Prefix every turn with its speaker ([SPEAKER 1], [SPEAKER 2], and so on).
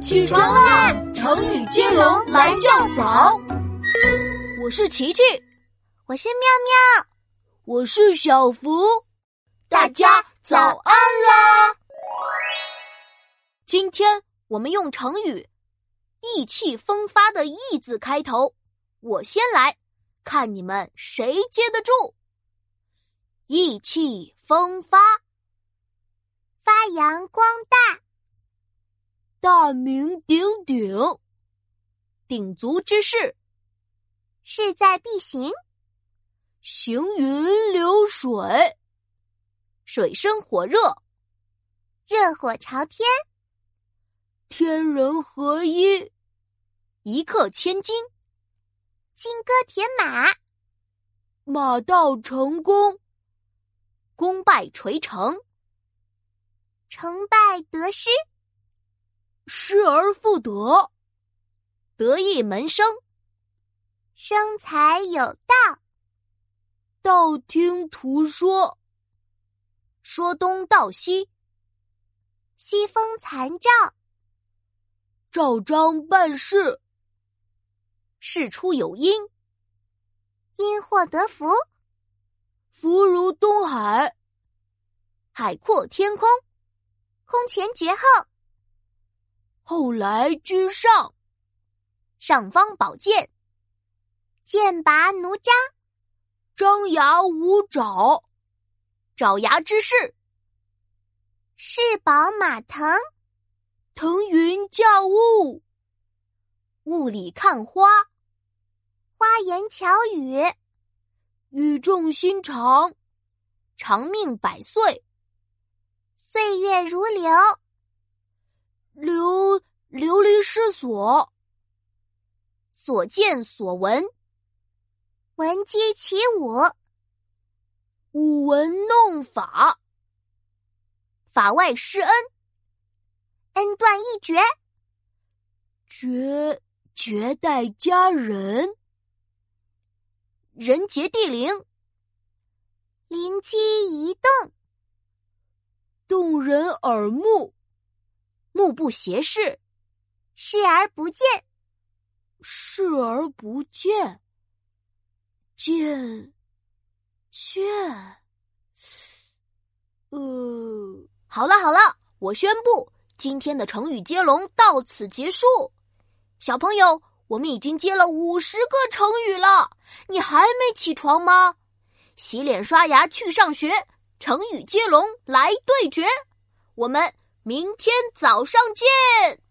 [SPEAKER 1] 起床啦！成语接龙来较早。我是琪琪，
[SPEAKER 2] 我是妙妙，
[SPEAKER 1] 我是小福，大家早安啦！今天我们用成语“意气风发”的“意”字开头，我先来，看你们谁接得住。意气风发，
[SPEAKER 2] 发扬光大，
[SPEAKER 1] 大名鼎鼎，鼎足之势，
[SPEAKER 2] 势在必行，
[SPEAKER 1] 行云流水，水深火热，
[SPEAKER 2] 热火朝天，
[SPEAKER 1] 天人合一，一克千金，
[SPEAKER 2] 金戈铁马，
[SPEAKER 1] 马到成功，功败垂成，
[SPEAKER 2] 成败得失，
[SPEAKER 1] 失而复得，得意门生，
[SPEAKER 2] 生财有道，
[SPEAKER 1] 道听途说，说东道西，
[SPEAKER 2] 西风残照，
[SPEAKER 1] 照章办事，事出有因，
[SPEAKER 2] 因祸得福，
[SPEAKER 1] 福如东海，海阔天空，
[SPEAKER 2] 空前绝后，
[SPEAKER 1] 后来居上，尚方宝剑，
[SPEAKER 2] 剑拔弩张，
[SPEAKER 1] 张牙舞爪，爪牙之势，
[SPEAKER 2] 势饱马腾，
[SPEAKER 1] 腾云驾雾，雾里看花，
[SPEAKER 2] 花言巧语，
[SPEAKER 1] 语重心长，长命百岁，
[SPEAKER 2] 岁月如流，
[SPEAKER 1] 流流离失所，所见所闻，
[SPEAKER 2] 闻鸡起舞，
[SPEAKER 1] 舞文弄法，法外施恩，
[SPEAKER 2] 恩断义绝，
[SPEAKER 1] 绝绝代佳人，人杰地灵，
[SPEAKER 2] 灵机一动，
[SPEAKER 1] 动人耳目，目不斜视，
[SPEAKER 2] 视而不见，
[SPEAKER 1] 视而不见，见见，呃，好了好了，我宣布今天的成语接龙到此结束。小朋友，我们已经接了五十个成语了，你还没起床吗？洗脸刷牙去上学，成语接龙来对决，我们明天早上见。